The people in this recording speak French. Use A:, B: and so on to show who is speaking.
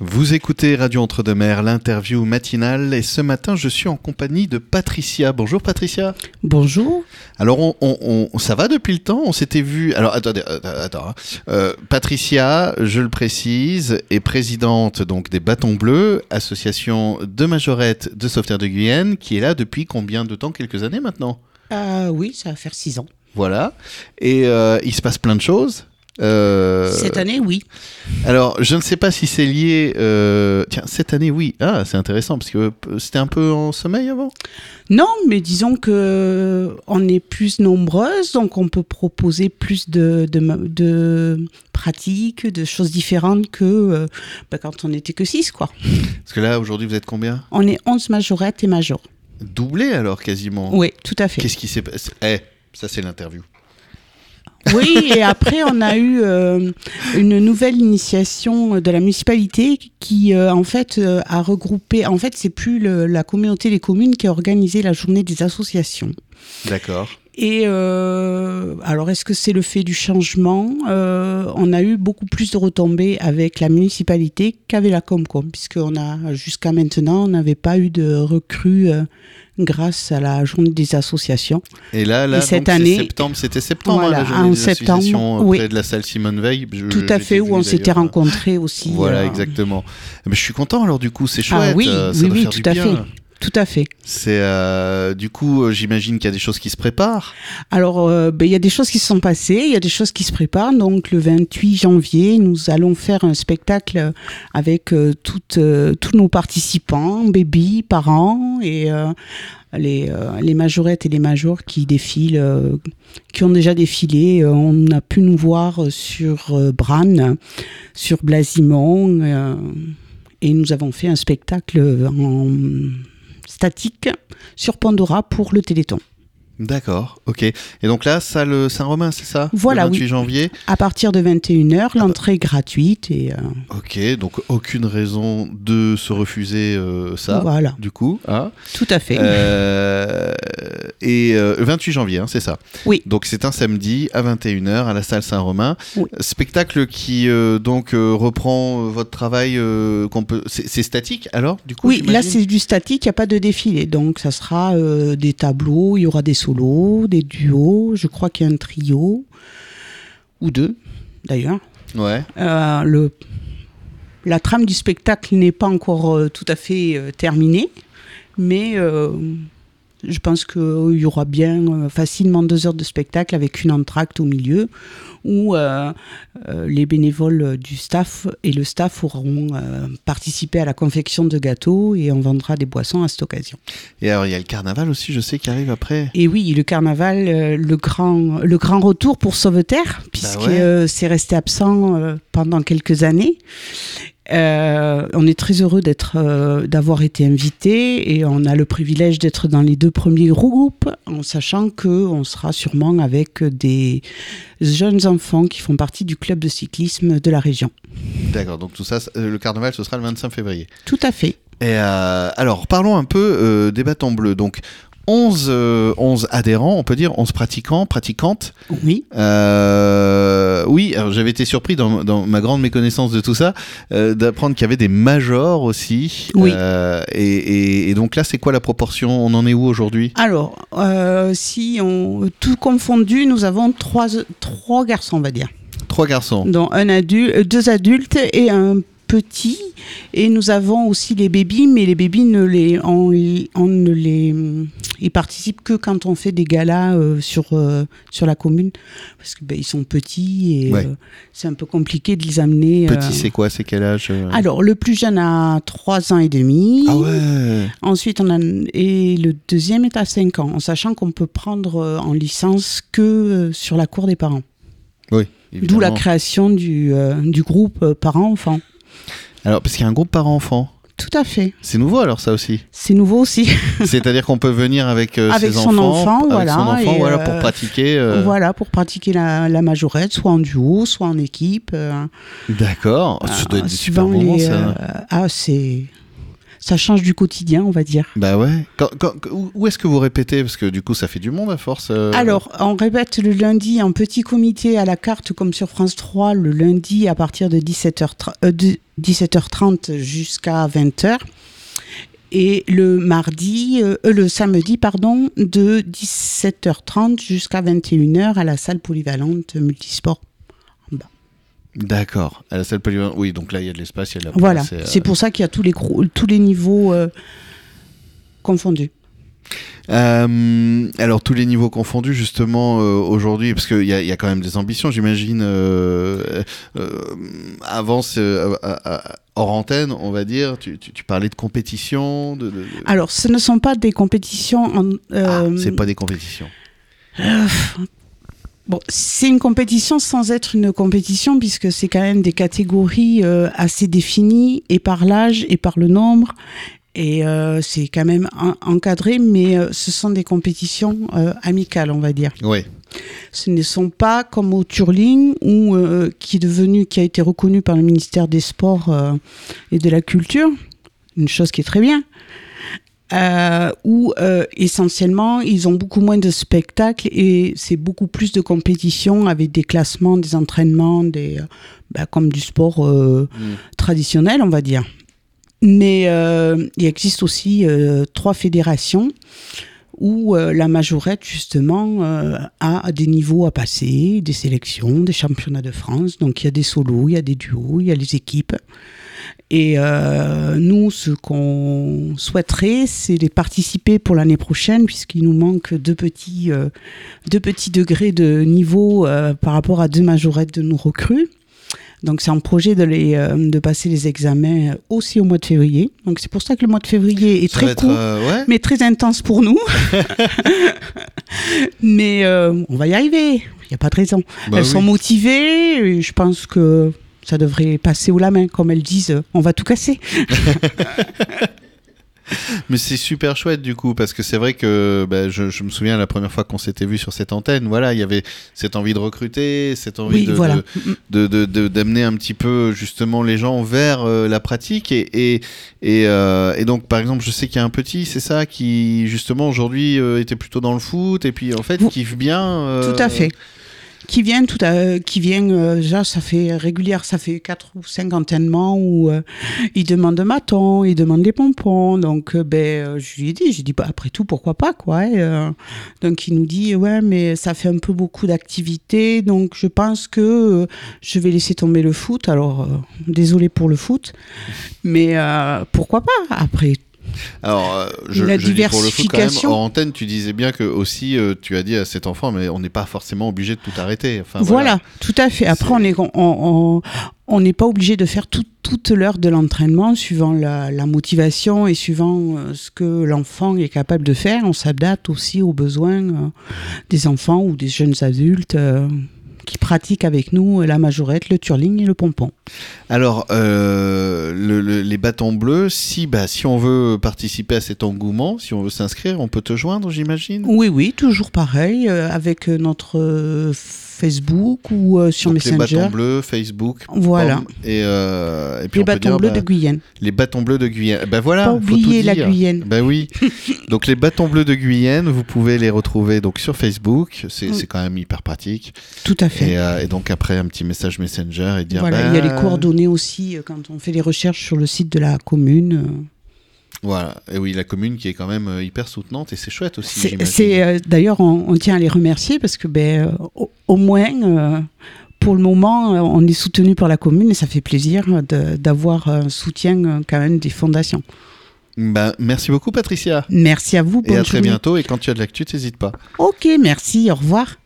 A: Vous écoutez Radio Entre-deux-Mers, l'interview matinale, et ce matin je suis en compagnie de Patricia. Bonjour Patricia.
B: Bonjour.
A: Alors on, on, on- ça va depuis le temps On s'était vu. Alors attendez, euh, attends. hein. Euh, Patricia, je le précise, est présidente donc des Bâtons Bleus, association de majorettes de sauveteurs de Guyenne, qui est là depuis combien de temps Quelques années maintenant.
B: Ah oui, ça va faire six ans.
A: Voilà. Et euh, il se passe plein de choses. Euh,
B: Cette année, oui.
A: Alors, je ne sais pas si c'est lié. euh, Tiens, cette année, oui. Ah, c'est intéressant parce que euh, c'était un peu en sommeil avant.
B: Non, mais disons que euh, on est plus nombreuses, donc on peut proposer plus de, de, ma- de pratiques, de choses différentes que euh, bah, quand on n'était que six, quoi.
A: Parce que là, aujourd'hui, vous êtes combien
B: On est 11 majorettes et majors.
A: Doublé alors quasiment.
B: Oui, tout à fait.
A: Qu'est-ce qui s'est passé Eh, ça c'est l'interview.
B: Oui, et après, on a eu euh, une nouvelle initiation de la municipalité qui, euh, en fait, euh, a regroupé. En fait, c'est plus le- la communauté des communes qui a organisé la journée des associations.
A: D'accord.
B: Et euh, alors, est-ce que c'est le fait du changement Euh, On a eu beaucoup plus de retombées avec la municipalité qu'avec la Comcom, puisqu'on a jusqu'à maintenant, on n'avait pas eu de recrues euh, grâce à la journée des associations.
A: Et là, là
B: Et
A: donc,
B: cette
A: c'est
B: année-
A: septembre, c'était septembre hein, la
B: Voilà,
A: journée
B: en
A: des
B: septembre,
A: associations, euh,
B: oui.
A: près de la salle Simone Veil. Je-
B: Tout
A: je
B: à
A: t'ai
B: fait,
A: vu,
B: où on s'était
A: d'ailleurs.
B: rencontrés aussi.
A: Voilà,
B: euh, Ah
A: exactement. Mais je suis content alors du coup, c'est chouette.
B: oui,
A: euh, ça
B: oui,
A: doit
B: oui,
A: faire du
B: tout à
A: bien.
B: fait. Tout à fait.
A: C'est euh, du coup, euh, j'imagine qu'il y a des choses qui se préparent.
B: Alors, euh, ben, il y a des choses qui se sont passées, il y a des choses qui se préparent. Donc, le 28 janvier, nous allons faire un spectacle avec euh, toutes, euh, tous nos participants, bébés, parents et euh, les, euh, les majorettes et les majors qui défilent, euh, qui ont déjà défilé. Euh, on a pu nous voir sur euh, Bran, sur Blasimon. euh, et nous avons fait un spectacle euh, en statique sur Pandora pour le Téléthon.
A: D'accord, ok. Et donc là, salle Saint-Romain, c'est ça
B: Voilà,
A: Le 28
B: oui.
A: janvier.
B: À partir de 21h, l'entrée est gratuite et euh,
A: Ok, donc aucune raison de se refuser euh, ça.
B: voilà,
A: Du coup, hein.
B: tout à fait.
A: Euh, et euh, 28 janvier, hein, c'est ça.
B: Oui.
A: Donc c'est un samedi à 21h à la salle Saint-Romain.
B: Oui.
A: Spectacle qui euh, donc euh, reprend euh, votre travail euh, qu'on peut. C'est c'est statique alors du coup
B: oui, là
A: j'imagine
B: c'est du statique, il n'y a pas de défilé, donc ça sera euh, des tableaux, il y aura des solos, des duos, je crois qu'il y a un trio, ou deux d'ailleurs.
A: Ouais.
B: Euh, le, la trame du spectacle n'est pas encore euh, tout à fait euh, terminée, mais euh, je pense qu'il y aura bien euh, facilement deux heures de spectacle avec une entracte au milieu où euh, euh, les bénévoles euh, du staff et le staff auront euh, participé à la confection de gâteaux et on vendra des boissons à cette occasion.
A: Et alors il y a le carnaval aussi, je sais, qui arrive après.
B: Et oui, le carnaval, euh, le grand, le grand retour pour Sauveterre, puisque
A: ouais.
B: euh, c'est resté absent euh, pendant quelques années. Euh, on est très heureux d'être, euh, d'avoir été invité et on a le privilège d'être dans les deux premiers groupes, en sachant que on sera sûrement avec des jeunes enfants qui font partie du club de cyclisme de la région.
A: D'accord, donc tout ça, c- euh, le carnaval, ce sera le 25 février.
B: Tout à fait.
A: Et euh, alors, parlons un peu euh, des bâtons bleus. Donc, 11, euh, 11 adhérents, on peut dire 11 pratiquants, pratiquantes.
B: Oui.
A: Euh, oui, alors j'avais été surpris dans, dans ma grande méconnaissance de tout ça, euh, d'apprendre qu'il y avait des majors aussi.
B: Oui.
A: Euh, et, et- et donc là, c'est quoi la proportion On en est où aujourd'hui
B: Alors, euh, si on tout confondu, nous avons trois, trois garçons, on va dire.
A: Trois garçons.
B: dont un adulte, euh, deux adultes et un petit. Et nous avons aussi les bébés, mais les bébés ne les, on, on ne les, ils participent que quand on fait des galas euh, sur euh, sur la commune, parce que ben, ils sont petits et
A: Ouais.
B: euh, c'est un peu compliqué de les amener. euh.
A: Petit, c'est quoi C'est quel âge euh
B: Alors le plus jeune a 3 ans et demi.
A: Ah ouais
B: Ensuite on a et le deuxième est à 5 ans, en sachant qu'on peut prendre euh, en licence que euh, sur la cour des parents.
A: Oui.
B: D'où la
A: évidemment.
B: création du, euh, du groupe euh, parents-enfants.
A: Alors, parce qu'il y a un groupe parents-enfants.
B: Tout à fait.
A: C'est nouveau alors, ça aussi
B: C'est nouveau aussi.
A: C'est-à-dire qu'on peut venir avec, euh,
B: Avec
A: ses
B: son
A: enfants,
B: enfant,
A: avec
B: voilà,
A: son enfant,
B: et,
A: voilà,
B: euh,
A: pour pratiquer. euh,
B: Voilà, pour pratiquer la, la majorette, soit en duo, soit en équipe. euh,
A: D'accord, ça doit être
B: euh,
A: des super
B: suivant
A: moments,
B: les,
A: ça.
B: euh, ah, c'est. Ça change du quotidien, on va dire.
A: Bah ouais. Quand- quand- où où est-ce que vous répétez Parce que du coup, ça fait du monde à force. euh.
B: Alors, on répète le lundi en petit comité à la carte, comme sur France 3, le lundi à partir euh, de 17h30. 17h30 jusqu'à 20h. Et le mardi, euh, le samedi, pardon, de 17h30 jusqu'à 21h à la salle polyvalente multisport.
A: D'accord. À la salle polyvalente. Oui, donc là, il y a de l'espace, il y a de la place.
B: Voilà,
A: et, euh,
B: c'est pour ça qu'il y a tous les, gros- tous les niveaux euh, confondus.
A: Euh, alors, tous les niveaux confondus, justement, euh, aujourd'hui, parce qu'il y, a- il y a quand même des ambitions, j'imagine. euh, euh, avant, c'est, euh, à- à- hors antenne, on va dire, tu, tu- tu parlais de compétition. De, de- de-
B: Alors, ce ne sont pas des compétitions en...
A: Ah,
B: euh,
A: c'est pas des compétitions.
B: Bon, c'est une compétition sans être une compétition puisque c'est quand même des catégories euh, assez définies et par l'âge et par le nombre et euh, c'est quand même en- encadré mais euh, ce sont des compétitions euh, amicales on va dire.
A: Oui.
B: Ce ne sont pas comme au Turling ou euh, qui est devenu qui a été reconnu par le ministère des Sports euh, et de la Culture, une chose qui est très bien. euh, où euh, essentiellement ils ont beaucoup moins de spectacles et c'est beaucoup plus de compétition avec des classements, des entraînements, des euh, bah, comme du sport euh, traditionnel, on va dire. Mais euh, il existe aussi euh, trois fédérations où euh, la majorette, justement, euh, a des niveaux à passer, des sélections, des championnats de France. Donc il y a des solos, il y a des duos, il y a les équipes. Et euh, nous, ce qu'on souhaiterait, c'est les participer pour l'année prochaine, puisqu'il nous manque deux petits, euh, deux petits degrés de niveau euh, par rapport à deux majorettes de nos recrues. Donc c'est un projet de, les, euh, de passer les examens euh, aussi au mois de février. Donc c'est pour ça que le mois de février est
A: Ça va
B: très
A: être,
B: court
A: euh, ouais.
B: mais très intense pour nous. mais euh, on va y arriver. Il n'y a pas de raison.
A: Bah
B: elles
A: oui.
B: sont motivées. Et je pense que ça devrait passer au la main, comme elles disent. euh, On va tout casser.
A: Mais c'est super chouette du coup parce que c'est vrai que bah, je, je me souviens la première fois qu'on s'était vu sur cette antenne, voilà, il y avait cette envie de recruter, cette envie
B: oui,
A: de,
B: voilà. Mm,
A: de- de- de- de- d'amener un petit peu justement les gens vers euh, la pratique et et, et, euh, et donc par exemple je sais qu'il y a un petit c'est ça qui justement aujourd'hui euh, était plutôt dans le foot et puis en fait
B: Vous-
A: kiffe bien euh,
B: Tout à fait. Qui viennent, tout à, qui viennent, euh, déjà, ça fait régulière, ça fait quatre ou cinq entraînements où euh, ils demandent un maton, ils demandent des pompons. Donc, euh, ben, euh, je lui ai dit, j'ai dit, bah, après tout, pourquoi pas, quoi. et, euh, donc, il nous dit, ouais, mais ça fait un peu beaucoup d'activités, donc je pense que euh, je vais laisser tomber le foot. Alors, euh, désolé pour le foot, mais euh, pourquoi pas après
A: Alors, euh, je,
B: La
A: je dis pour le foot quand même,
B: diversification.
A: hors antenne, tu disais bien que aussi, euh, tu as dit à cet enfant, mais on n'est pas forcément obligé de tout arrêter. Enfin,
B: voilà. tout à fait. Après,
A: C'est-
B: on est on- on on n'est pas obligé de faire tout- toute l'heure de l'entraînement suivant la, la motivation et suivant euh, ce que l'enfant est capable de faire. On s'adapte aussi aux besoins euh, des enfants ou des jeunes adultes euh, qui pratiquent avec nous euh, la majorette, le turling et le pompon.
A: Alors, euh, le- le- les bâtons bleus, si, bah, si on veut participer à cet engouement, si on veut s'inscrire, on peut te joindre, j'imagine
B: Oui, oui, toujours pareil euh, avec euh, notre euh, Facebook ou euh, sur
A: Donc, les
B: Messenger.
A: bâtons bleus, Facebook.
B: Voilà.
A: Pom, et, euh, et puis
B: Les
A: on peut
B: bâtons
A: dire,
B: bleus
A: bah,
B: de Guyenne.
A: les bâtons bleus de Guyane. Bah voilà,
B: Pas
A: faut tout
B: oublier la
A: dire.
B: Guyenne.
A: Bah oui. donc les bâtons bleus de Guyane, vous pouvez les retrouver donc sur Facebook. C'est
B: Mm.
A: c'est quand même hyper pratique.
B: Tout à fait.
A: Et, euh, et donc après un petit message Messenger et dire
B: Voilà,
A: bah,
B: il y a les coordonnées aussi euh, quand on fait les recherches sur le site de la commune. euh.
A: Voilà, et oui, la commune qui est quand même euh, hyper soutenante et c'est chouette aussi.
B: C'est-
A: j'imagine.
B: c'est euh, d'ailleurs on, on tient à les remercier parce que ben euh, au, au moins euh, pour le moment euh, on est soutenu par la commune et ça fait plaisir euh, de- d'avoir un soutien euh, quand même des fondations.
A: Bah, merci beaucoup Patricia.
B: Merci à vous.
A: Et
B: bonne
A: à très
B: journée.
A: bientôt et quand tu as de l'actu, t'hésites pas.
B: Ok, merci. Au revoir.